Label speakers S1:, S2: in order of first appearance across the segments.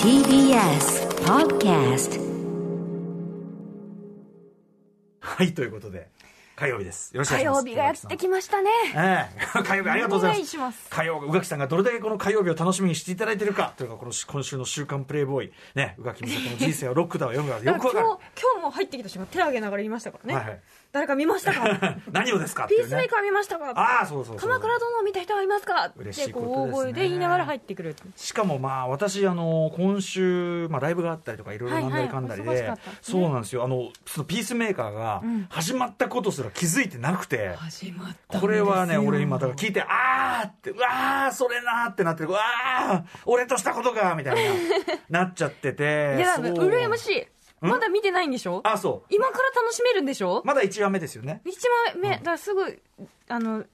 S1: TBS Podcast
S2: はい、ということで、火曜日です。よろしくお
S3: 火
S2: 願いしま
S3: 曜
S2: す。
S3: 日がやってき
S2: ま
S3: ましたね。
S2: ええ、 火曜日ありがとうござい
S3: お願
S2: ま
S3: い
S2: す
S3: します
S2: 火曜宇垣さんがどれだけこの火曜日を楽しみにしていただいているかというかこの今週の「週刊プレイボーイ」ね宇垣美 里の人生はロックだわ読むから
S3: だ
S2: よ
S3: か
S2: く
S3: ら
S2: わ
S3: 今
S2: か
S3: 日
S2: る
S3: 今日も入ってきた瞬間手を挙げながら言いましたからね。
S2: はいはい
S3: 誰か見ましたか。
S2: 何をですかって
S3: ピ
S2: い
S3: ー
S2: う
S3: スメ
S2: ね
S3: ーカー見ましたか。
S2: ああそうそうそう
S3: 鎌倉殿を見た人はいますか。
S2: 嬉しい
S3: こ
S2: ことです
S3: う
S2: ね
S3: 大声で言いながら入ってくる。
S2: しかもまあ私あの今週まあライブがあったりとかいろいろなんだりかんだり
S3: はいはい
S2: で
S3: お忙しかったです
S2: そ
S3: ね
S2: うなんですよあのそのピースメーカーが
S3: ん
S2: 始まったことすら気づいてなくて
S3: 始まったんですよ
S2: これはね俺今だから聞いてあーってうわーそれなーってなってるうわー俺としたことかみたい ななっちゃってて
S3: いやだから
S2: そう
S3: 羨ましい。まだ見てないんでしょ。
S2: あそう
S3: 今から楽しめるんでしょ。
S2: まだ1話目ですよね。
S3: 一番目だからすぐあの。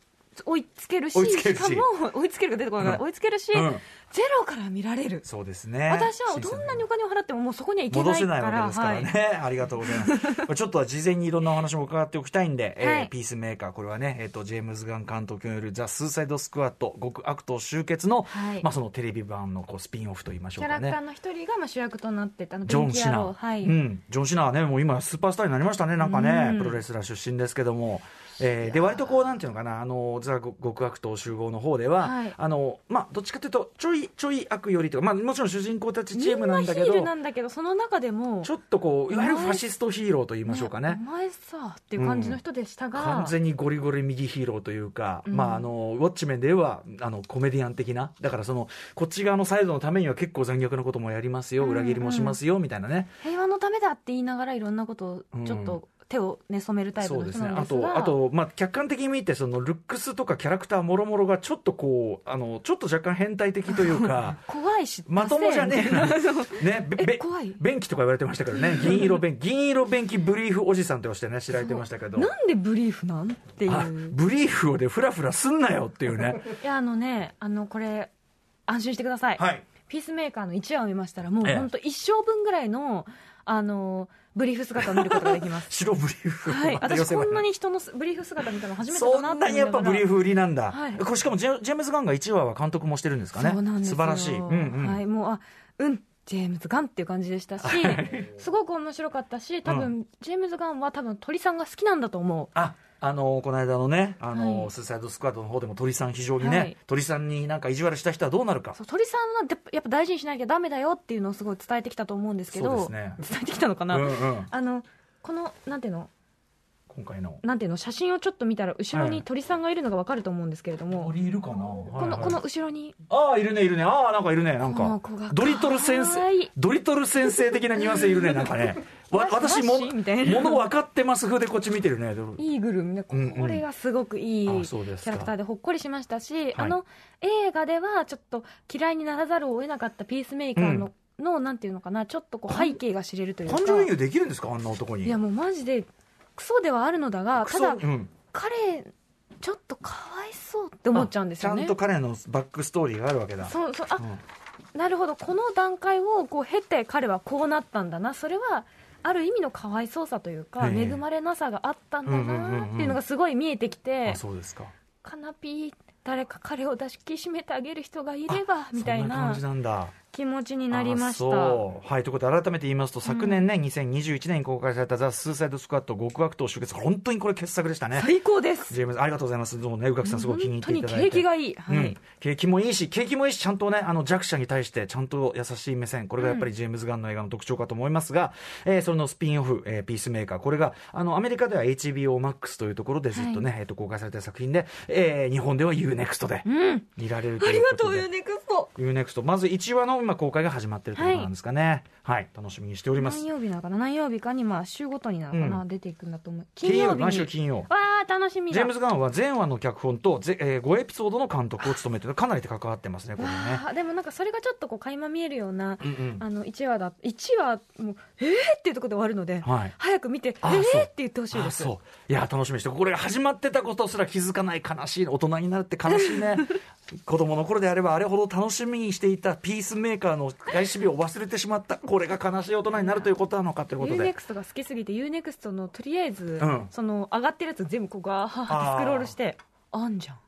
S3: 追いつけるし、
S2: 追いつけるし
S3: しかも追いつけるか出てこないから、
S2: うん
S3: 追いつけるし、
S2: うん
S3: ゼロから見られる、
S2: そうですね。
S3: 私はどんなにお金を払っても、もうそこには行け
S2: 戻
S3: ない
S2: せ
S3: か
S2: ないわけ
S3: ら、
S2: ですからね。 ありがとうございます。ちょっとは事前にいろんなお話も伺っておきたいんで、えー
S3: はい
S2: ピースメーカー、これはね、えっ、と、ジェームズ・ガン監督によるザ・スーサイド・スクワット、極悪党集結の、
S3: はい
S2: まあそのテレビ版のこうスピンオフと言いまし
S3: キ
S2: ょう
S3: ャ
S2: か
S3: ラクター
S2: ね。
S3: の一人がまあ主役となってたあの
S2: ジョン・
S3: ベン
S2: シ
S3: キア
S2: ナ
S3: ローはい、
S2: うん。ジョン・シナはね、もう今スーパースターになりましたね、なんかね
S3: う。ん
S2: プロレスラー出身ですけども。えーで、割とこう、なんていうのかな、あの、ザ・極悪党集合の方では、
S3: はい
S2: あの、まあ、どっちかというと、ちょい、ちょい悪よりというか、まあ、もちろん主人公たちチ
S3: み
S2: ー
S3: ん
S2: ム
S3: な
S2: なん
S3: ヒ
S2: だけ
S3: ー
S2: ど、
S3: ルなんだけどその中でも
S2: ちょっとこういわゆるファシストヒーローと言いましょうかね。
S3: お前さっていう感じの人でしたが、
S2: 完全にゴリゴリ右ヒーローというか、
S3: うん
S2: まああのウォッチメンではあのコメディアン的なだからそのこっち側のサイドのためには結構残虐なこともやりますよ
S3: うんうん
S2: 裏切りもしますよ、みたいなね
S3: 平和のためだって言いながらいろんなことをちょっと手を寝そめるタイプ
S2: そう
S3: の
S2: で
S3: 人
S2: すね
S3: なん
S2: あ
S3: ですが、
S2: とあと、まあ、客観的に見てそのルックスとかキャラクターもろもろがちょっとこうあのちょっと若干変態的という か
S3: 怖いし
S2: まともじゃねえなねべ
S3: え
S2: べ
S3: 怖い
S2: 便器とか言われてましたけど ね銀色便銀色便器ブリーフおじさんとしてね知られてましたけど
S3: なんでブリーフなんっていう
S2: あブリーフをでフラフラすんなよっていうね
S3: いやあのねあのこれ安心してください、
S2: はい
S3: ピースメーカーの1話を見ましたらもう
S2: ええ
S3: 本当一生分ぐらいのあのブリーフ姿を見ることができ ます
S2: 白ブリーフを
S3: はい、
S2: 寄
S3: 私
S2: せ
S3: こ
S2: ばいい
S3: んなに人のすブリーフ姿見たの初めて
S2: そ
S3: だなって
S2: んなにやっぱブリー
S3: フ
S2: フ売りなんだ、
S3: はい
S2: これしかもジェジェームズ・ガンが1話は監督もしてるんですかね
S3: そうなんですよ
S2: 素晴らしい、うんうん
S3: はい、もうあうんジェームズ・ガンっていう感じでしたし すごく面白かったし多分、
S2: う
S3: ジェームズ・ガンは多分鳥さんが好きなんだと思
S2: ああのこの間のね、あの
S3: はい
S2: スーサイドスクワットの方でも鳥さん非常にね、
S3: はい
S2: 鳥さんになんか意地悪した人はどうなるか
S3: うそう鳥さんはでやっぱ大事にしなきゃダメだよっていうのをすごい伝えてきたと思うんですけ
S2: そう
S3: ど
S2: ですね
S3: 伝えてきたのかな、
S2: うんうん、
S3: あのこのなんていうの
S2: 今回の
S3: なんていうの写真をちょっと見たら後ろに鳥さんがいるのが分かると思うんですけれども、
S2: 鳥いるかな
S3: この
S2: はいはい
S3: この後ろに
S2: ああいるねいるねああなんかいるねなん
S3: こ
S2: か
S3: の子が
S2: ドリトル先
S3: かわい
S2: 生
S3: い
S2: ドリトル先生的なニュアンスでいるねなんか ねわ
S3: わし
S2: 私も
S3: わしみたいな
S2: もの分かってます風でこっち見てるね
S3: イーグルみたい
S2: うんう
S3: なんこれがすごくいいキ
S2: あそうですか
S3: ャラクターでほっこりしましたし、
S2: い
S3: あの映画ではちょっと嫌いにならざるを得なかったピースメーカーの,、のなんていうのかなちょっとこう背景が知れるというか
S2: 感情移入できるんですかあんな男に
S3: いやもうマジでクソではあるのだが
S2: ク
S3: た
S2: ソ
S3: だ
S2: うん
S3: 彼ちょっとかわいそうって思っちゃうんですよ
S2: ちゃん
S3: ね
S2: と。彼のバックストーリーがあるわけだ
S3: そうそう
S2: う
S3: あ
S2: ん
S3: なるほどこの段階をこう経て彼はこうなったんだなそれはある意味のかわいそうさというか
S2: ええ
S3: 恵まれなさがあったんだなっていうのがすごい見えてきて、
S2: あそうですか
S3: カナピー誰か彼を抱きしめてあげる人がいればみたい
S2: そんな感
S3: な
S2: じなんだ
S3: 気持ちになりました
S2: あそうはいということで改めて言いますと昨年ね、2021年に公開された「ザ・スーサイド・スクワット極悪党集結」本当にこれ傑作でしたね
S3: 最高です
S2: ジェームズありがとうございますどうもね宇垣さんすごい気に入っていただいて
S3: 本当に景気がいい、はい
S2: うん、景気もいいし、景気もいいし、ちゃんとね、あの弱者に対して、ちゃんと優しい目線、これがやっぱりジェームズ・ガンの映画の特徴かと思いますが、えーそれのスピンオフ、えーピースメーカー、これが、あの、アメリカでは HBO Max というところでずっとね、えっと、公開された作品で、えー日本では UNEXT で
S3: うん
S2: 見られると
S3: あ
S2: い
S3: り
S2: う
S3: が
S2: ことと
S3: う
S2: で。
S3: ユネクスト
S2: UNEXT、まず1話の今公開が始まってるということなんですかね。はい、楽しみにしております
S3: 何。曜日なのかな何曜日かにまあ週ごとになのかな、
S2: う
S3: 出ていくんだと思う金曜日に
S2: 毎週金曜。
S3: わあ楽しみだ
S2: ジェームズ・ガンは前話の脚本とぜ、え5エピソードの監督を務めてるかなり関わってますね、これね。
S3: わあでもなんかそれがちょっとこう垣間見えるような、
S2: うん
S3: あの1話だ一話もうえーっていうところで終わるので、
S2: うん。はい。
S3: 早く見てえ
S2: あそう
S3: ーって言ってほしいで
S2: あ
S3: す
S2: そういや楽しみにしてこれが始まってたことすら気づかない悲しい大人になるって悲しいね 子供の頃であればあれほど楽しみにしていたピースメーカーの外資日を忘れてしまったこれが悲しい大人になるということなのかということで
S3: UNEXT が好きすぎて UNEXT のとりあえず、
S2: うん
S3: その上がってるやつ全部こうガーッてスクロールしてあんじゃん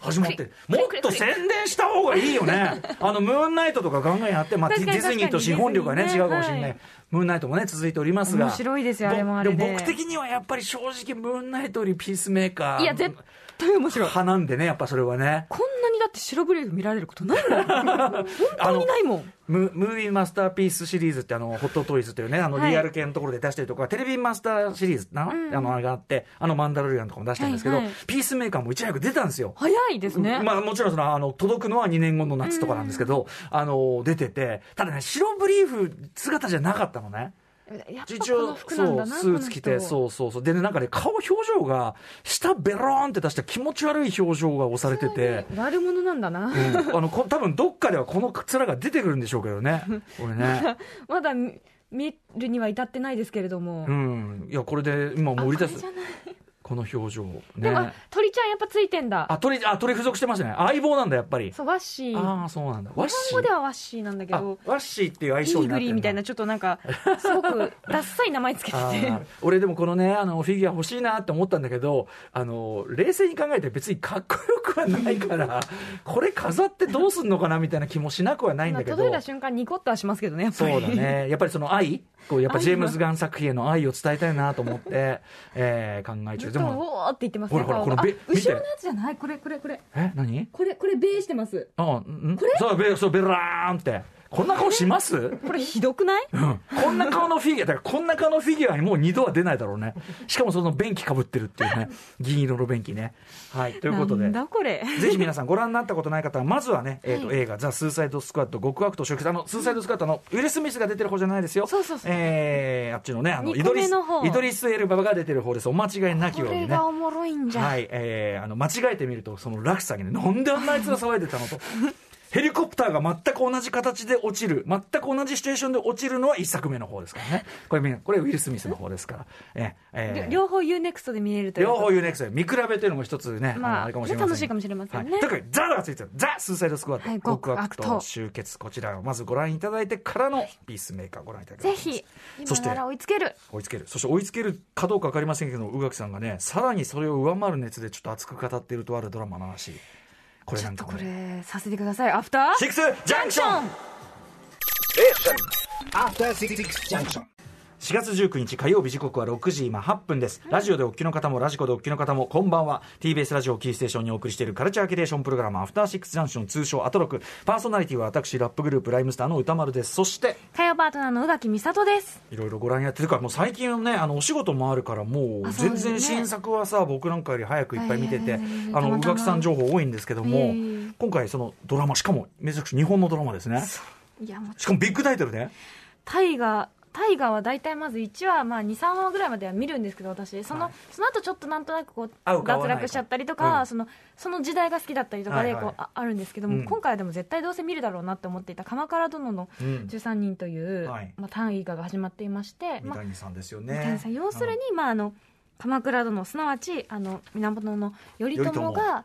S2: 始まってるもっと宣伝した方がいいよ ねあのムーンナイトとかガンガンやって、まあ、デ
S3: 確か
S2: ィ
S3: に
S2: ディズニーと資本力がね
S3: 確
S2: 違
S3: かに
S2: うかもしれない、
S3: はい
S2: ムーンナイトもね続いておりますが
S3: 面白いですよあれもあれで
S2: ぼも僕的にはやっぱり正直ムーンナイトよりピースメーカー
S3: いや絶対面白い
S2: 派なんでねやっぱそれはね
S3: こんなにだって白ブレイク見られることないもん本当にないもん
S2: ムムービーマスターピースシリーズってあのホットトイズというねあの
S3: はい
S2: リアル系のところで出したりとか、テレビマスターシリーズな、
S3: うん
S2: あのあれがあってあのマンダロリアンとかも出したんですけど、
S3: はいはい
S2: ピースメーカーもいち早く出たんですよ
S3: 早いですね、
S2: まあ、もちろんそのあの届くのは2年後の夏とかなんですけど、あの出ててただね白ブリーフ姿じゃなかったのね
S3: やっぱ
S2: 一
S3: この
S2: 応
S3: 服なん
S2: そう
S3: だな
S2: スーツ着て
S3: う
S2: そうそうそうでねなんかね顔表情が下ベローンって出した気持ち悪い表情が押されてて。
S3: 悪者なんだな、
S2: うん、あのこ多分どっかではこの面が出てくるんでしょうけどね、これね、
S3: まだ見見るには至ってないですけれども、
S2: うん、いや、これで今、もう売り出
S3: あこれ
S2: す
S3: じ、ゃない
S2: この表情、ね、
S3: でもあ鳥ちゃんやっぱついてんだ
S2: あ鳥、あ鳥付属してましたね、相棒なんだ、やっぱり、
S3: そうワッシー
S2: ああ、そうなんだ、ワッ
S3: 日
S2: シ
S3: 本語で
S2: ー、
S3: はワッシーなんだけ
S2: あ
S3: ど
S2: ワッシーっていう
S3: イ
S2: 愛称
S3: ー
S2: になっ
S3: グ
S2: て
S3: リー
S2: る
S3: みたい
S2: な
S3: なちょっとなんかすごくダッサい名前つけて
S2: あ
S3: て
S2: ー俺でもこのねあのフィギュア欲しいなって思ったんだけどあの冷静に考えて別にかっこよくはないからこれ飾ってどうすんのかなみたいな気もしなくはないん
S3: まあ
S2: だけど
S3: 届いた瞬間ニコッとはしますけどねやっぱり
S2: そうだねやっぱりその愛こうやっぱジェームズ・ガン作品への愛を伝えたいなと思って、えー考え
S3: ず
S2: 中
S3: っ
S2: で
S3: と
S2: も
S3: おーって言ってますね
S2: ほらほら
S3: 顔
S2: こ
S3: があ
S2: の
S3: 後
S2: べ
S3: ろの
S2: 見て
S3: やつじゃないこれこれこれ
S2: え何
S3: これこれベーしてます
S2: あんそうベそうベラーンってこんな顔します
S3: これひどくない
S2: うんこんな顔のフィギュア、だからこんな顔のフィギュアにもう二度は出ないだろうね。しかもその便器かぶってるっていうね、 銀色の便器ね。はい、ということ
S3: な
S2: で
S3: ん。だこれ
S2: ぜひ皆さんご覧になったことない方は、まずはね、えーと
S3: は
S2: 映画、ザ・スーサイド・スクワット、極悪と食あの、スーサイド・スクワットあの、ウィル・スミスが出てる方じゃないですよ。
S3: そうそうそう
S2: えーあっちのね、あの、イ
S3: 二
S2: ド
S3: 個
S2: リ
S3: 目
S2: ス
S3: の方、
S2: イドリス・エルババが出てる方です。お間違いなき
S3: こ
S2: よう
S3: れ
S2: にね
S3: が。おもろいんじゃん、
S2: はい、えーあの、間違えてみると、その落差にね、なんであんなあいつが騒いでたの と。ヘリコプターが全く同じ形で落ちる、全く同じシチュエーションで落ちるのは一作目の方ですからね。これみんな、これウィル・スミスの方ですから。ええ
S3: り
S2: え
S3: ょ
S2: ー
S3: 両方 UNEXT で見れるという
S2: 両
S3: こと
S2: 方言うねくせ見比べというのも一つね、
S3: まあ
S2: のれません
S3: ね楽しいかもしれませんね
S2: はい特にザがついてる、ザ・スーサイド・スクワット、
S3: はい
S2: 極悪
S3: 極
S2: と
S3: 悪と
S2: 集結、こちらをまずご覧いただいてからのピースメーカーをご覧いただきたい
S3: ぜ
S2: と思いますそ
S3: ひ今
S2: して
S3: なら追いつける
S2: 追いつけるそして追いつけるかどうか分かりませんけど宇垣さんがねさらにそれを上回る熱でちょっと熱く語っているとあるドラマの話これ
S3: ち
S2: な
S3: ょっ
S2: ん
S3: と
S2: か
S3: こ
S2: もね
S3: れさせてくださいアフター
S2: シックスジャンクション
S4: After Six Junction.
S2: 4月19日火曜日時刻は6時今8分です、ラジオでお聞きの方もラジコでお聞きの方もこんばんは TBS ラジオをキーステーションにお送りしているカルチャーキュレーションプログラム「アフターシックスジャンクション」通称アトロクパーソナリティは私ラップグループライムスターの歌丸ですそして
S3: 火曜パートナーの宇垣美里です
S2: いろいろご覧やってるからもう最近はねあのお仕事もあるからもう
S3: あそう
S2: 全
S3: ですね
S2: 然新作はさ、僕なんかより早くいっぱい見てて、
S3: はいはいはい
S2: あ
S3: た
S2: の
S3: ま
S2: 宇
S3: たま
S2: 垣さん情報多いんですけども、
S3: いえいえいえ
S2: 今回そのドラマしかもめちゃくちゃ日本のドラマですね
S3: いやもう
S2: しかもビッグタイトルね
S3: タイガータイガーは大体まず1話、まあ、23話ぐらいまでは見るんですけど私その,、
S2: はい
S3: その後ちょっとなんとなくこう
S2: 合うか合わ
S3: 脱
S2: ないか
S3: 落しちゃったりとか、
S2: うん
S3: そのその時代が好きだったりとかで
S2: はいう
S3: こ、
S2: はい
S3: ああるんですけども、
S2: うん
S3: 今回はでも絶対どうせ見るだろうなって思っていた「鎌倉殿の
S2: うん
S3: 13人」という、
S2: はい
S3: まあ、タイガーが始まっていまして、
S2: 三
S3: まあ
S2: 谷さんですよ
S3: 三谷
S2: ね
S3: さん要するに、まあ、あの鎌倉殿すなわちあの源の頼
S2: 頼朝
S3: 朝が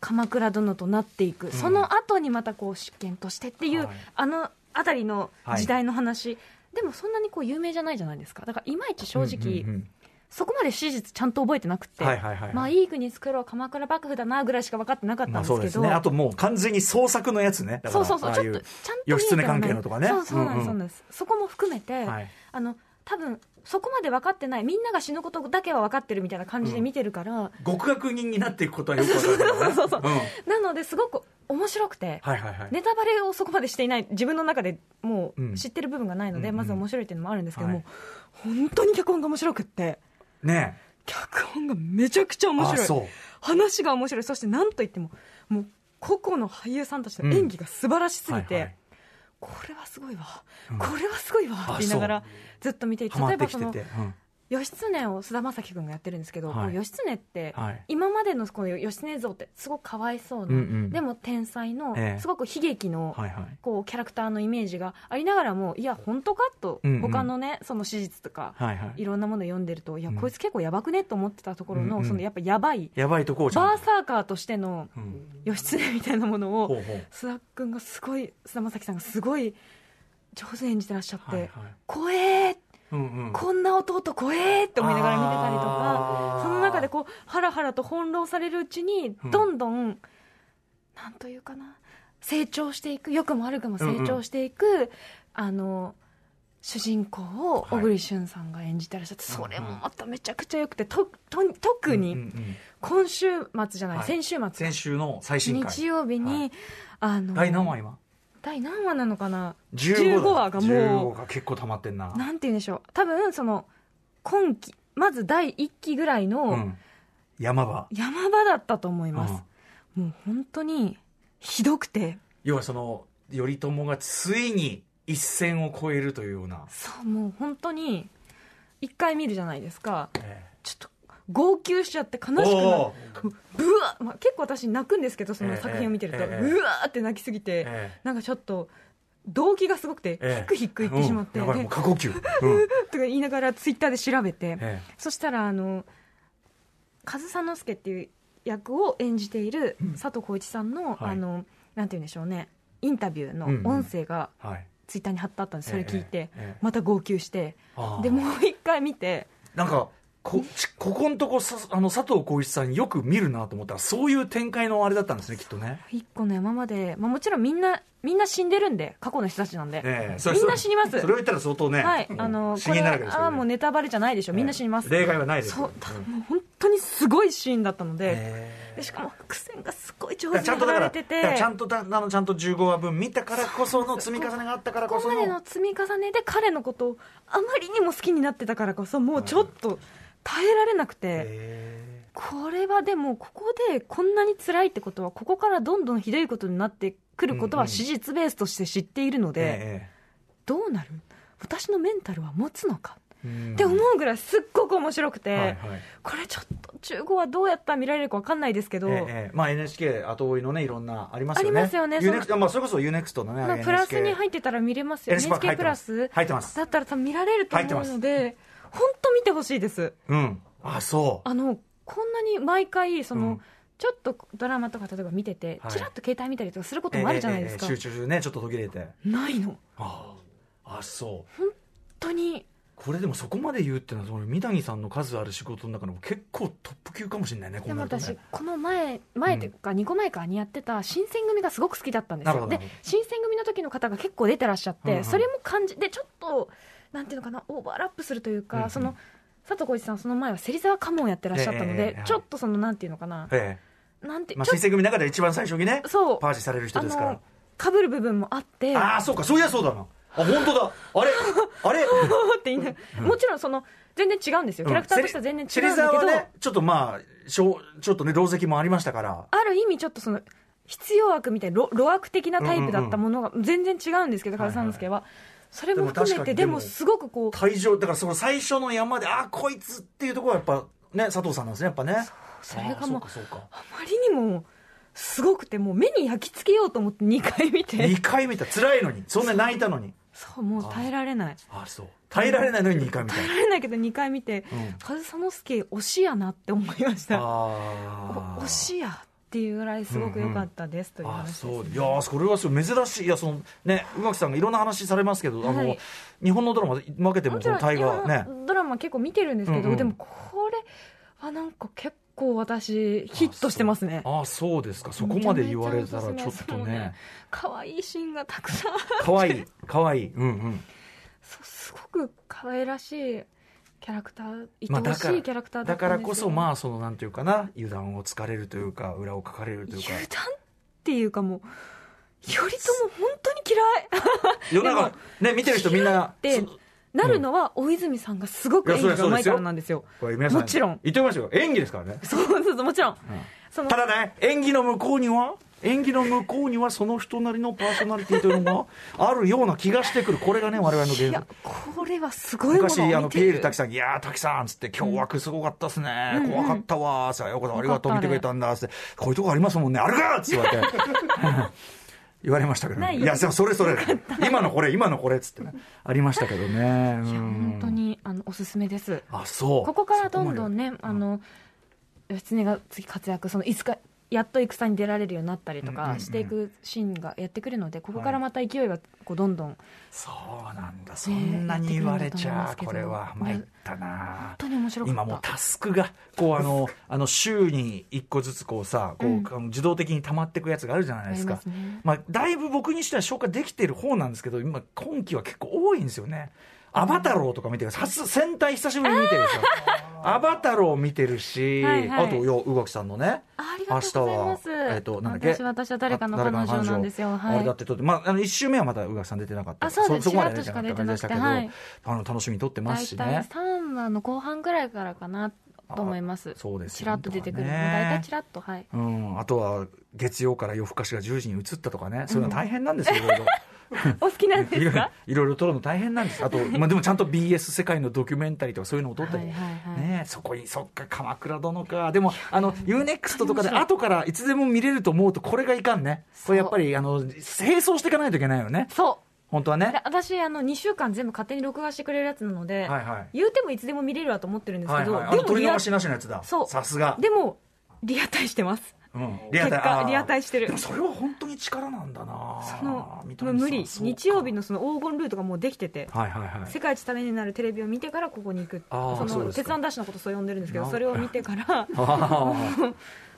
S3: 鎌倉殿となっていく、その後にまたこう執権としてっていう、
S2: はい
S3: あの辺りの時代の話、でもそんなにこう有名じゃないじゃないですかだからいまいち正直、
S2: うんうんうん
S3: そこまで史実ちゃんと覚えてなくて、
S2: はいはいはいはい
S3: まあいい国作ろう鎌倉幕府だなぐらいしか分かってなかった
S2: まあ
S3: んで
S2: そう
S3: すけ
S2: です
S3: ど、
S2: ねあともう完全に創作のやつねだか
S3: そう
S2: ら
S3: そうそう
S2: あ
S3: ち
S2: あ
S3: ょっ
S2: い
S3: と
S2: う
S3: ちゃんと見えて
S2: 義経
S3: はない
S2: 関係のとかね
S3: そうそうなん
S2: うん
S3: で
S2: うん
S3: すそうなんです、そこも含めて、
S2: はい
S3: あの多分そこまで分かってないみんなが死ぬことだけは分かってるみたいな感じで見てるから、
S2: 極悪人になっていくことはよくわかるからね
S3: そうそうそうんなのですごく面白くて、
S2: はいはいはい
S3: ネタバレをそこまでしていない自分の中でも
S2: うん
S3: う知ってる部分がないので、
S2: うんうん
S3: まず面白いっていうのもあるんですけども、
S2: はい
S3: 本当に脚本が面白くって
S2: ねえ
S3: 脚本がめちゃくちゃ面
S2: あ
S3: 白い
S2: そ
S3: 話が面白いそして何といってももう個々の俳優さんたちの演技が素晴らしす
S2: うは
S3: ぎ
S2: い
S3: て、
S2: はい
S3: これはすごいわ、
S2: うん
S3: これはすごいわって言いなが
S2: あ
S3: らずっと見ていて
S2: ハマ
S3: 例
S2: っ
S3: え
S2: て
S3: ば
S2: き
S3: そ
S2: て
S3: の
S2: てうん
S3: 義経を菅田将暉君がやってるんですけど、
S2: はい
S3: こう義経って、
S2: はい
S3: 今までのこの義経像ってすごくかわいそうな、
S2: うんうん
S3: でも天才の、
S2: ええ
S3: すごく悲劇の、
S2: はいはい
S3: こうキャラクターのイメージがありながらもいや本当かと、
S2: うんうん
S3: 他のねその史実とか、
S2: はいはい
S3: い、ろんなもの読んでるといや、
S2: うん
S3: こいつ結構やばくねと思ってたところの,、
S2: うんうん
S3: そのやっぱやばい
S2: やばいとこをちゃ
S3: バ
S2: ん
S3: ーサーカーとしての
S2: とうん
S3: 義経みたいなもの
S2: ほ
S3: を
S2: うほう
S3: 須田君がすごい須田将暉さんがすごい上手に演じてらっしゃって、
S2: はいはい
S3: 怖えー
S2: うんうん
S3: こんな弟怖えって思いながら見てたりと
S2: あー
S3: かその中でこうハラハラと翻弄されるうちに
S2: うん
S3: どんどん、なんというかな成長していく良くも悪くも成長していく、あの主人公を小栗旬さんが演じてらっしゃって、
S2: はい
S3: それもまためちゃくちゃよくてとと
S2: う
S3: 特
S2: んうん
S3: に
S2: うん
S3: 今週末じゃない、
S2: はい
S3: 先週末
S2: 先週の最新回
S3: 日曜日に、
S2: は
S3: あの
S2: 第何話今
S3: 第何話なのかな
S2: 15
S3: 15
S2: だ
S3: 話がもう
S2: 15が結構溜まってんな
S3: なんて言うんでしょう多分その今期まず第1期ぐらいうの
S2: ん山場
S3: 山場だったと思います、
S2: うん
S3: もう本当にひどくて
S2: 要はその頼朝がついに一線を越えるというような、
S3: そうもう本当に一回見るじゃないですか
S2: え
S3: ちょっと号泣しちゃって悲しくな
S2: お
S3: っ
S2: ー
S3: ぶわ、まあ、結構私泣くんですけどその作品を見てると、
S2: ええええ
S3: うわーって泣きすぎて、
S2: ええ
S3: なんかちょっと動機がすごくて、
S2: ええ
S3: ひくひくいってしまって、
S2: うんやばい
S3: で
S2: もう過呼吸、 うん
S3: とか言いながらツイッターで調べて、
S2: え
S3: そしたらあの上総介っていう役を演じている佐藤浩市さんの、
S2: はい
S3: あのなんて言うんでしょうねインタビューの
S2: うんうん
S3: 音声が
S2: えはい、
S3: ツイッターに貼ってあったんで、それ聞いて、
S2: ええええ
S3: また号泣して
S2: あー
S3: でもう一回見て
S2: なんかこちここのとこさあの佐藤浩市さんよく見るなと思ったらそういう展開のあれだったんですねきっとね、
S3: 一個の山まで、まあ、もちろんみんなみんな死んでるんで過去の人たちなんで、
S2: ええそれ
S3: みんな死にます
S2: それを言ったら相当ね、
S3: はい
S2: もう
S3: あの
S2: 死
S3: こ
S2: に
S3: れ
S2: なるわけですよね
S3: はあーもうネタバレじゃないでしょ、みんな死にます
S2: ええ例外はないです
S3: そう
S2: よ
S3: た
S2: う
S3: も
S2: ん
S3: う本当にすごいシーンだったので,、
S2: ええ
S3: でしかも伏線がすごい上
S2: だからち
S3: 手に
S2: ゃんとだ
S3: 張
S2: からら
S3: れて
S2: だ
S3: て
S2: からちゃんとだあのちゃんと15話分見たからこその積み重ねがあったから
S3: こ
S2: こ
S3: こ
S2: そ
S3: まで
S2: の
S3: の積み重ねで彼のことをあまりにも好きになってたからこそもうちょっと耐えられなくて、
S2: え
S3: これはでもここでこんなに辛いってことはここからどんどんひどいことになってくるこ
S2: うん
S3: とは
S2: うん
S3: 史実ベースとして知っているの
S2: え
S3: で、どうなる私のメンタルは持つのか
S2: ええうん
S3: って思うぐらいすっごく面白くて、
S2: はいはい
S3: これちょっと中5はどうやったら見られるか分かんないですけど、
S2: ええええまあ、NHK 後追いのねいろんなありますよね
S3: ありますよね
S2: u n e x まあ、それこそ UNEXT のね
S3: まあプラスに
S2: NHK
S3: 入ってたら見れますよ
S2: NHK
S3: NHK プラス
S2: 入ってます
S3: だったら多分見られると思うので本当見てほしいです
S2: うんあそう
S3: あのこんなに毎回その、
S2: うん
S3: ちょっとドラマとか例えば見てて、
S2: はい
S3: ちらっと携帯見たりとかすることもあるじゃないですか、
S2: ええええ集中ねちょっと途切れて
S3: ないの本
S2: あああそう
S3: 当に
S2: これでもそこまで言うっていうのはその三谷さんの数ある仕事の中でも結構トップ級かもしれないねこ
S3: で
S2: ん
S3: も
S2: なことね
S3: 私この前前というか2個前かにやってた新選組がすごく好きだったんです
S2: なる
S3: よ
S2: ほど
S3: で新選組の時の方が結構出てらっしゃって、
S2: うんうん
S3: それも感じでちょっとなんていうのかなオーバーラップするというか、
S2: うんうん
S3: その佐藤浩市さんその前は芹沢家紋やってらっしゃったの
S2: えええ
S3: で
S2: え、ええ
S3: ちょっとそのなんていうのかな、
S2: え
S3: なんて
S2: えまあ、
S3: ちょ
S2: 新
S3: っ
S2: 選組の中で一番最初にね
S3: とそう
S2: パージされる人ですから
S3: かぶる部分もあって
S2: ああそうかそういやそうだなあ本当だあれあ れ
S3: って言いながらもちろんその全然違うんですよキャラクターとしては全然違うんだけ
S2: 芹
S3: ど、
S2: 沢はねちょっとまあしょうちょっとね狼藉もありましたから
S3: ある意味ちょっとその必要悪みたいなろ路悪的なタイプだったものが全然違うんですけど
S2: はい
S3: 唐
S2: はい
S3: 沢介は。それも含めて
S2: でも確か
S3: で
S2: にでも
S3: もすごくこう
S2: 退場だからその最初の山でああこいつっていうところはやっぱね佐藤さんなんですねやっぱね
S3: それがも
S2: あ
S3: う
S2: ーそうかそうか
S3: あまりにもすごくてもう目に焼き付けようと思って2回 見て
S2: 2回見た辛いのにそんな泣いたのに
S3: そうもう耐えられない
S2: ああそう耐えられないのに2回見た
S3: 耐えられないけど2回見て
S2: うん
S3: 上総介推しやなって思いました
S2: あ
S3: お
S2: あ
S3: 推しやっていうぐらいすごく良かったですという
S2: あ
S3: 話です
S2: そういやーこれはすごい珍しいいやそのね宇垣さんがいろんな話されますけど、あ
S3: は
S2: の
S3: い
S2: 日本のドラマ負けてもそ
S3: もちろ
S2: の
S3: ん
S2: 大河ね
S3: 今のドラマ結構見てるんですけど、
S2: うんうん
S3: でもこれはなんか結構私ヒットしてますね
S2: あそうですかそこまで言われたら
S3: め
S2: ち
S3: ちゃ
S2: ょ
S3: め
S2: っ
S3: ちゃ
S2: とね
S3: 可愛いシーンがたくさん
S2: かわいいかわいいうんうん
S3: そうすごく可愛らしいキャラクター
S2: まあ
S3: 愛おしいキャラクターだ
S2: だ
S3: っ
S2: か
S3: た
S2: ら
S3: んで
S2: こ
S3: すよ
S2: そまあそのなんていうかな油断をつかれるというか裏をかかれるというか
S3: 油断っていうかもう頼朝本当に嫌い
S2: 世の中ね見てる人みんな
S3: 嫌いって
S2: そ
S3: なるのは大泉さんがすごく演技がうまいからなんですよ
S2: これ皆さん
S3: もちろん
S2: 言ってみましょう演技ですからね
S3: そうそうそうもちろんその
S2: ただね演技の向こうには演技の向こうにはその人なりのパーソナリティというのがあるような気がしてくるこれがね我々の現
S3: い
S2: 実
S3: やこれはすごいものを見てる
S2: 昔あのピエール滝さんに「いやー滝さん」っつって「今日はすごかったっすね、怖かったわー」さようこそありがとう見てくれたんだ」っつって「こういうとこありますもんねあるか!」っつって言われて 言われましたけど、
S3: な
S2: ね、
S3: い
S2: いやそれそれ今のこれ今のこれっつってねありましたけどねうん
S3: いや本当にあのおすすめです
S2: あそう
S3: ここからどんどん
S2: ね
S3: ね、あの義経が次活躍、そのいつかやっと戦に出られるようになったり
S2: う
S3: と
S2: んうんう
S3: か
S2: ん
S3: していくシーンがやってくるので、ここからまた勢いがこうどんどん、本
S2: そうなんだそんなに言われち
S3: や
S2: ゃ
S3: ってく
S2: こ
S3: るんだ
S2: れ
S3: と思いま
S2: は参
S3: すけど
S2: ったな
S3: 当に面白かった。
S2: 今もうタスクがこうあ のあの週に一個ずつこうさこう、
S3: うん
S2: あの自動的に溜まっていくやつがあるじゃないです
S3: あ
S2: か
S3: りますね
S2: まあ、だいぶ僕にしては消化できてる方なんですけど今今期は結構多いんですよねアバタローとか見てる初戦隊久しぶりに見てるでしょアバタロー見てるし、
S3: はいはい
S2: あとよ宇垣さんのね
S3: あありがとうございます。
S2: 明日はえっとなんだっけ
S3: 私、私は誰かの彼
S2: あ
S3: 女なんですよ。
S2: 誰かの彼
S3: は
S2: 女あれ
S3: い
S2: だっ。て撮って、まあ、あの1周目はまだ宇垣さん出てなかった
S3: あそうです
S2: こまで出てなかった感じでしたけど、
S3: ちらっとしか出てな
S2: あの楽しみに撮ってますし
S3: 大体
S2: ね
S3: 3話の後半ぐらいからかなと思います。
S2: あそうですよね
S3: ちらっと出てくる。
S2: と
S3: も
S2: か
S3: う
S2: ね
S3: 大体ちらっと、はい。
S2: うん、あとは月曜から夜更かしが10時に移ったとかねそういうのは大変なんですよ、いろいろ。
S3: お好きなん ですか
S2: いろいろ撮るの大変なん ですあと、まあ、でもちゃんと BS 世界のドキュメンタリーとかそういうのを撮ったり、
S3: はいはいはい
S2: ねえそこにそっか鎌倉殿かでもあの UNEXT とかで後からいつでも見れると思うとこれがいかんねこれやっぱりあの並走していかないといけないよね
S3: そう。
S2: 本当は
S3: あれ
S2: ね
S3: 私、あの、2週間全部勝手に録画してくれるやつなの
S2: は
S3: で、
S2: いはい
S3: 言うてもいつでも見れるわと思ってるんです
S2: は
S3: け
S2: い
S3: ど、
S2: はいあの
S3: でも
S2: 取り
S3: リア
S2: 逃しなしのやつだ
S3: そう
S2: さすが
S3: でも、リアタイしてます。
S2: うん
S3: 結果、
S2: あー
S3: リアタイして
S2: で
S3: る
S2: も。それは本当に力なんだな
S3: その
S2: 三、谷さん
S3: 無理。
S2: そうか
S3: 日曜日のその黄金ルートがもうできてて、
S2: はいはいはい
S3: 世界一ためになるテレビを見てからここに行く
S2: あー
S3: そ
S2: そうで
S3: の
S2: すか
S3: 鉄腕ダッシュのことそう呼んでるんですけど
S2: な
S3: それを見てから
S2: あー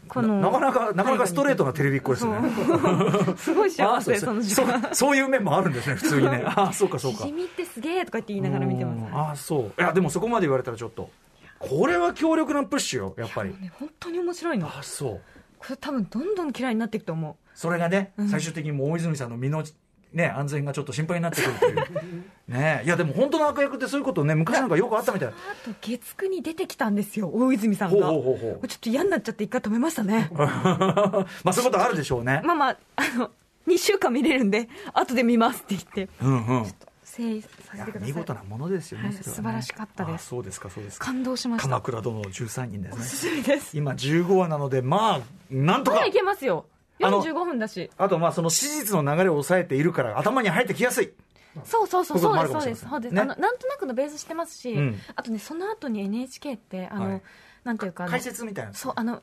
S3: この
S2: なかなかなかなかストレートなテレビっ子ですね
S3: そう すごい幸せ
S2: あ
S3: その時
S2: そう
S3: 間
S2: そうそういう面もあるんですね普通 にねああそうかそう
S3: し
S2: か
S3: じみってすげえとかって言いながら見て
S2: うん
S3: ま
S2: ああそういやでもそこまで言われたらちょっとこれは強力なプッシュよやっぱり
S3: す、ね、本当に面白いの
S2: ああそう
S3: これ多分どんどん嫌いになっていくと思
S2: それがね、最終的にもう大泉さんの身のね安全がちょっと心配になってくるという ねいやでも本当の悪役ってそういうことね昔なんかよくあったみたいう
S3: あと月9に出てきたんですよ大泉さん
S2: ほう
S3: が
S2: ほうほうほ
S3: これちょっと嫌になっちゃって一回止めましたね
S2: うまあそういうことあるでしょうね、
S3: まあまああの2週 間見れるんで後で見ますって言って
S2: うんうん
S3: 誠意
S2: い
S3: させ
S2: や
S3: てください
S2: 見事なものですよね,、
S3: はい
S2: それはね
S3: 素晴らしかったです
S2: ああそうですかそうですか
S3: 感動しました
S2: 鎌倉殿の13人です
S3: お
S2: ね
S3: すすめです
S2: 今15話なのでまあなんと
S3: ま
S2: か
S3: だいけますよ
S2: あの
S3: 45分だし
S2: あとまあその史実の流れを抑えているから頭に入ってきやすい
S3: そうそうそう
S2: そう
S3: そ
S2: いうう
S3: で
S2: こ
S3: す
S2: と
S3: そ
S2: も
S3: う
S2: あるかもしれません
S3: ですそうです、
S2: ね
S3: あのなんとなくのベースしてますし、
S2: うん
S3: あとねその後に NHK ってあの、
S2: はい
S3: なんていうかあの
S2: 解説みたいな
S3: そうあの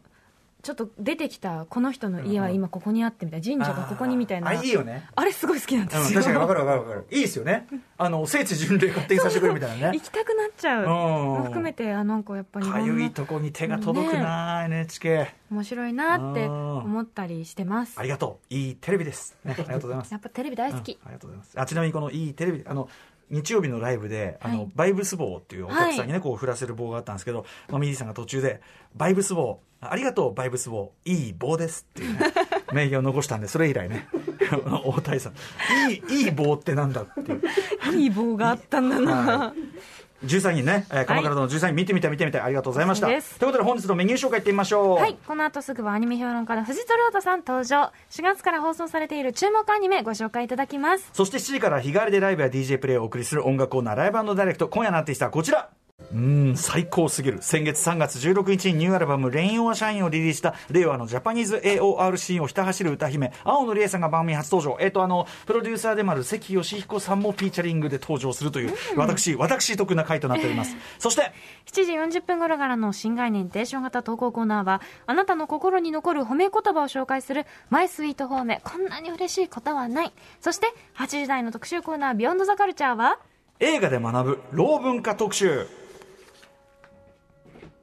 S3: ちょっと出てきたこの人の家は今ここにあってみたいな神社がここにみたいな
S2: あーあいいよね
S3: あれすごい好きなんで
S2: うん
S3: す
S2: 確
S3: よ、
S2: かに分かる分かる分かるいいですよねあの聖地巡礼勝手にさせてくれるみたいな ね
S3: 行きたくなっちゃう
S2: うん
S3: の含めてあなんかやっぱり
S2: かゆいとこに手が届くな、NHK
S3: 面白いなって思ったりしてます
S2: ありがとういいテレビです、ね、ありがとうございます
S3: やっぱテレビ大好き、
S2: うんありがとうございますあちなみにこのいいテレビあの日曜日のライブで、あ
S3: はい
S2: のバイブス棒っていうお客さんにね、こう振らせる棒があったんですけど、まあ、ミリーさんが途中で「バイブス棒ありがとうバイブス棒いい棒です」って いうね名言を残したんでそれ以来ね 大谷さん「いいいい棒ってなんだ」っていう
S3: いい棒があったんだな、
S2: 13人ね、えー、鎌倉殿の13人、見てみたい見てみたいありがとうございました
S3: お
S2: とい
S3: 疲れ
S2: う
S3: です
S2: ことで本日のメニュー紹介いってみましょう
S3: はい、この後すぐはアニメ評論家の藤戸亮太さん登場。4月から放送されている注目アニメご紹介いただきます。
S2: そして7時から日替わりでライブや DJ プレイをお送りする音楽コーナーライブダイレクト今夜のアーティストはこちらうーん最高すぎる先月3月16日にニューアルバム「レイン・オア・シャイン」をリリースした令和のジャパニーズ AOR シーンをひた走る歌姫青野りえさんが番組初登場えっ、とあのプロデューサーでもある関義彦さんもフィーチャリングで登場するという、私私得な回となっておりますそして
S3: 7時40分頃からの新概念提唱型投稿コーナーは、あなたの心に残る褒め言葉を紹介する、マイスイート方面、こんなに嬉しいことはない。そして、8時台の特集コーナー、ビヨンドザカルチャーは、
S2: 映画で学ぶ老文化特集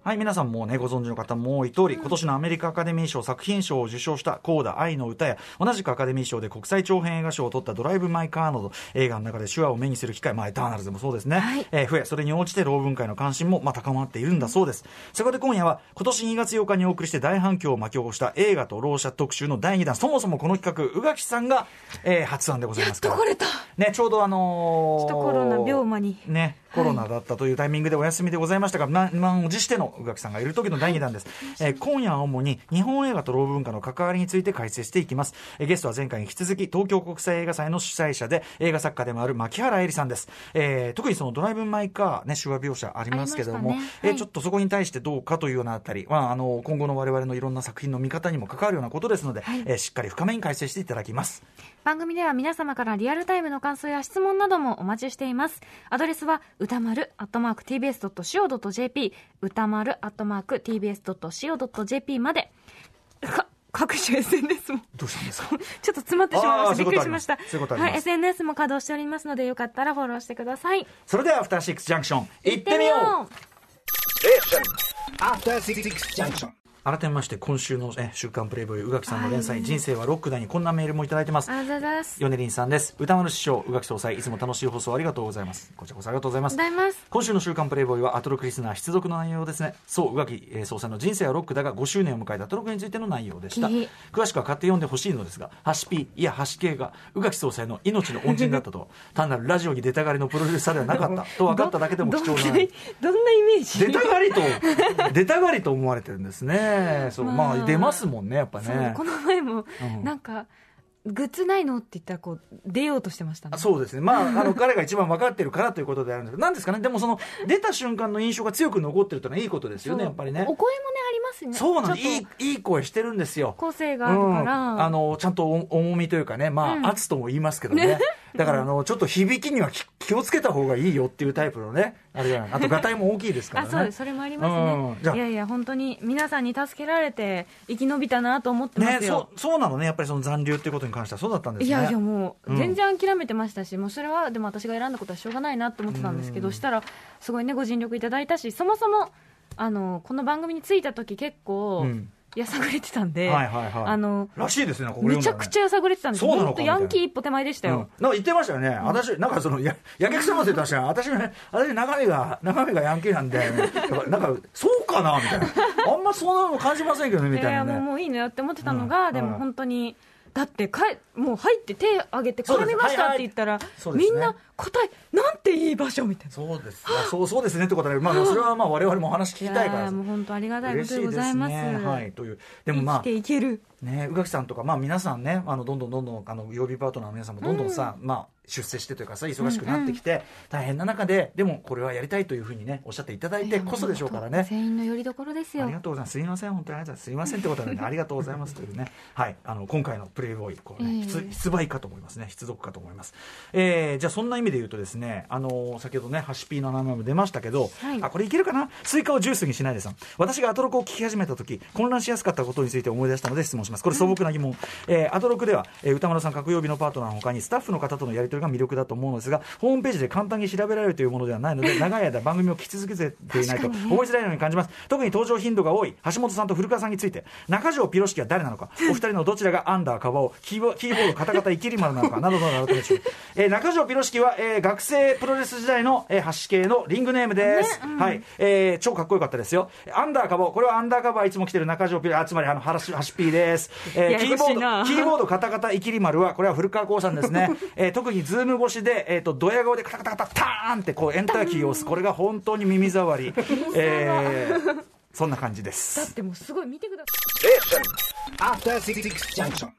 S2: はい皆さんもうねご存知の方も多い通り、今年のアメリカアカデミー賞作品賞を受賞した「コーダ愛の歌」や同じくアカデミー賞で国際長編映画賞を取った「ドライブ・マイ・カー」など映画の中で手話を目にする機会、まあ、エターナルズもそうですね、
S3: はい
S2: えー増えそれに応じて老文化への関心もまあ高まっているんだそうですそこで今夜は今年2月8日にお送りして大反響を巻き起こした映画とろう者特集の第2弾そもそもこの企画宇垣さんが、えー発案でございますから
S3: れた
S2: ね、ちょうどあのー
S3: ちょっとコロナ病魔に
S2: ね、コロナだったというタイミングでお休みでございましたが、ま満を持しての宇垣さんがいる時の第2弾です。えー今夜は主に日本映画と老文化の関わりについて解説していきます。えーゲストは前回に引き続き東京国際映画祭の主催者で映画作家でもある牧原恵里さんです。えー特にそのドライブ・マイ・カー、ね、手話描写ありますけども、
S3: ありまし
S2: え
S3: たね
S2: ー
S3: はい
S2: ちょっとそこに対してどうかというようなあたり、まあ、あの今後の我々のいろんな作品の見方にも関わるようなことですので、えーしっかり深めに解説していただきます。
S3: 番組では皆様からリアルタイムの感想や質問などもお待ちしています。アドレスは歌丸 tbs.co.jp 歌丸 tbs.co.jp まで。各種 SNS も
S2: どうしたんですか
S3: ちょっと詰まってしまいまし
S2: あー
S3: たびっくりしました
S2: そういうことあります
S3: はい SNS も稼働しておりますのでよかったらフォローしてください
S2: それではアフターシックスジャンクション行
S3: 行
S2: っ
S3: ってて
S2: み
S3: み
S2: よ
S3: よ
S2: う
S3: う
S4: After Six Junction.
S2: 改めまして今週のえ週刊プレイボーイ宇垣さんの連載「人生はロックだ」にこんなメールもいただいてます
S3: ありがとうございます
S2: 米林さんです歌丸師匠宇垣総裁いつも楽しい放送ありがとうございますこちらこそありがとうございます
S3: ございます
S2: 今週の週刊プレイボーイはアトロクリスナー必読の内容ですねそう宇垣えー総裁の人生はロックだが5周年を迎えたアトロクについての内容でした
S3: きれい
S2: 詳しくは買って読んでほしいのですがハシピいやハシ系が宇垣総裁の命の恩人だったと単なるラジオに出たがりのプロデューサーではなかったと分かっただけでも貴重な
S3: どんなどんなイメージ
S2: 出たがりと出たがりと思われてるんですねそうま
S3: まあ
S2: あ出ますもんねやっぱ
S3: そう
S2: ね
S3: この前も
S2: うん
S3: なんか、グッズないのって言ったらこう出ようとしてましたね
S2: あそうですね、まあ、あの彼が一番分かってるからということであるんですけど、なんですかね、でもその出た瞬間の印象が強く残ってるというのはいいことですよね、
S3: そう
S2: やっぱりね
S3: お声、もねありますね
S2: そうなんです、
S3: ちょっ
S2: い
S3: と
S2: いいい声してるんですよ、
S3: 個性
S2: う
S3: があるか
S2: ん、
S3: ら、
S2: あのちゃんとお重みというかね、まあ、
S3: うん
S2: 圧とも言いますけどね、だからあのちょっと響きには気気をつけた方がいいよっていうタイプのね、あれじゃ ない、あと、がたいも大きいですから
S3: あ
S2: ね。
S3: そうですそれもありま
S2: うん
S3: す
S2: じゃ
S3: ね
S2: あ
S3: いやいや本当に皆さんに助けられて生き延びたなと思ってま
S2: ね、
S3: すよ
S2: そ、うそうなのねやっぱりその残留っていうことに関してはそうだったんですね
S3: いやいやも
S2: うん
S3: う全然諦めてましたし、もうそれはでも私が選んだことはしょうがないなと思ってたんですけど、
S2: うん
S3: したらすごいねご尽力いただいたしそもそもあのこの番組に着いた時結構、
S2: うん
S3: やさぐれてたんで、
S2: はいはいはい
S3: あの
S2: らしいですねなんかこれ
S3: めちゃくちゃやさぐれてたんです
S2: そうなのか
S3: 本当ヤンキー一歩手前でした
S2: うん、
S3: よ、
S2: なんか言ってましたよね、私、なんかそのや、やけくそませたし、私がね、私、中身が、中身がヤンキーなんで、やっぱなんか、そうかなみたいな、あんまそんなの感じませんけどね、み
S3: いや
S2: た
S3: い
S2: いな
S3: やもう
S2: ね。
S3: もういいのよって思ってたのが、
S2: うん
S3: で
S2: うん
S3: も本当にだってかえもう入って手挙げて
S2: そうで
S3: 絡
S2: す
S3: みましたって言ったら、
S2: そうですね
S3: みんな答えなんていい場所みたいな
S2: そうですあそうそうですねってことで、まあ、それはまあ我々もお話聞きたいか
S3: や
S2: ら
S3: ーもう本当ありがたいこ
S2: 嬉
S3: と
S2: し
S3: で
S2: い
S3: ご
S2: で
S3: ざ
S2: す
S3: います
S2: ね。はい、というでもまあ
S3: 生きていける
S2: ね、宇垣さんとか、まあ、皆さんねあのどんどんどんどんあの曜日パートナーの皆さんもどんどんさ、まあ、出世してというかさ忙しくなってきて、大変な中ででもこれはやりたいというふうにねおっしゃっていただいてこそでしょうからね。
S3: 全員のよりどころです
S2: あ
S3: よ
S2: りがとうございます。すみません、本当にありがとうございます。すみませんってことなん で、ありがとうございますというね。はい、あの今回のプレイボーイ、こう
S3: いえい
S2: ね、
S3: え
S2: 出出売かと思いますね。出読かと思います。えー、じゃあそんな意味で言うとですね、あの先ほどね、ハシピーの名前も出ましたけど、
S3: はい
S2: あこれいけるかな？スイカをジュースにしないでさん。私がアトロクを聞き始めた時、混乱しやすかったことについて思い出したので質問します。これ素朴な疑問。えーアトロクでは、えー歌丸さん各曜日のパートナーの他にスタッフの方とのやり取りが魅力だと思うのですが、ホームページで簡単に調べられるというものではないので、 長い間番組を聞き続けていないと
S3: 確かにね
S2: 思いづらいように感じます特に登場頻度が多い橋本さんと古川さんについて中条ピロシキは誰なの かお二人のどちらがアンダーカバオキーボキーボードカタカタイキリマルなのかなどなどなどでしょう、えー中条ピロシキは、えー学生プロレス時代の、えー、橋系のリングネームです、はい、えー超かっこよかったですよアンダーカバオこれはアンダーカバーいつも着てる中条ピロあつまりあの橋橋 P です、えー
S3: や
S2: キ
S3: や
S2: ー
S3: こ
S2: ボ
S3: し
S2: ー
S3: いな
S2: ドキーボードカタカタイキリマルはこれは古川光さんです ね、えー特にズーム越しで、えー、とドヤ顔でカタカタカタターンってこうエンターキーを押すこれが本当に 耳障り、えーそんな感じで
S3: だっ
S2: す
S3: てもうすごい見てください
S4: After Six Junction.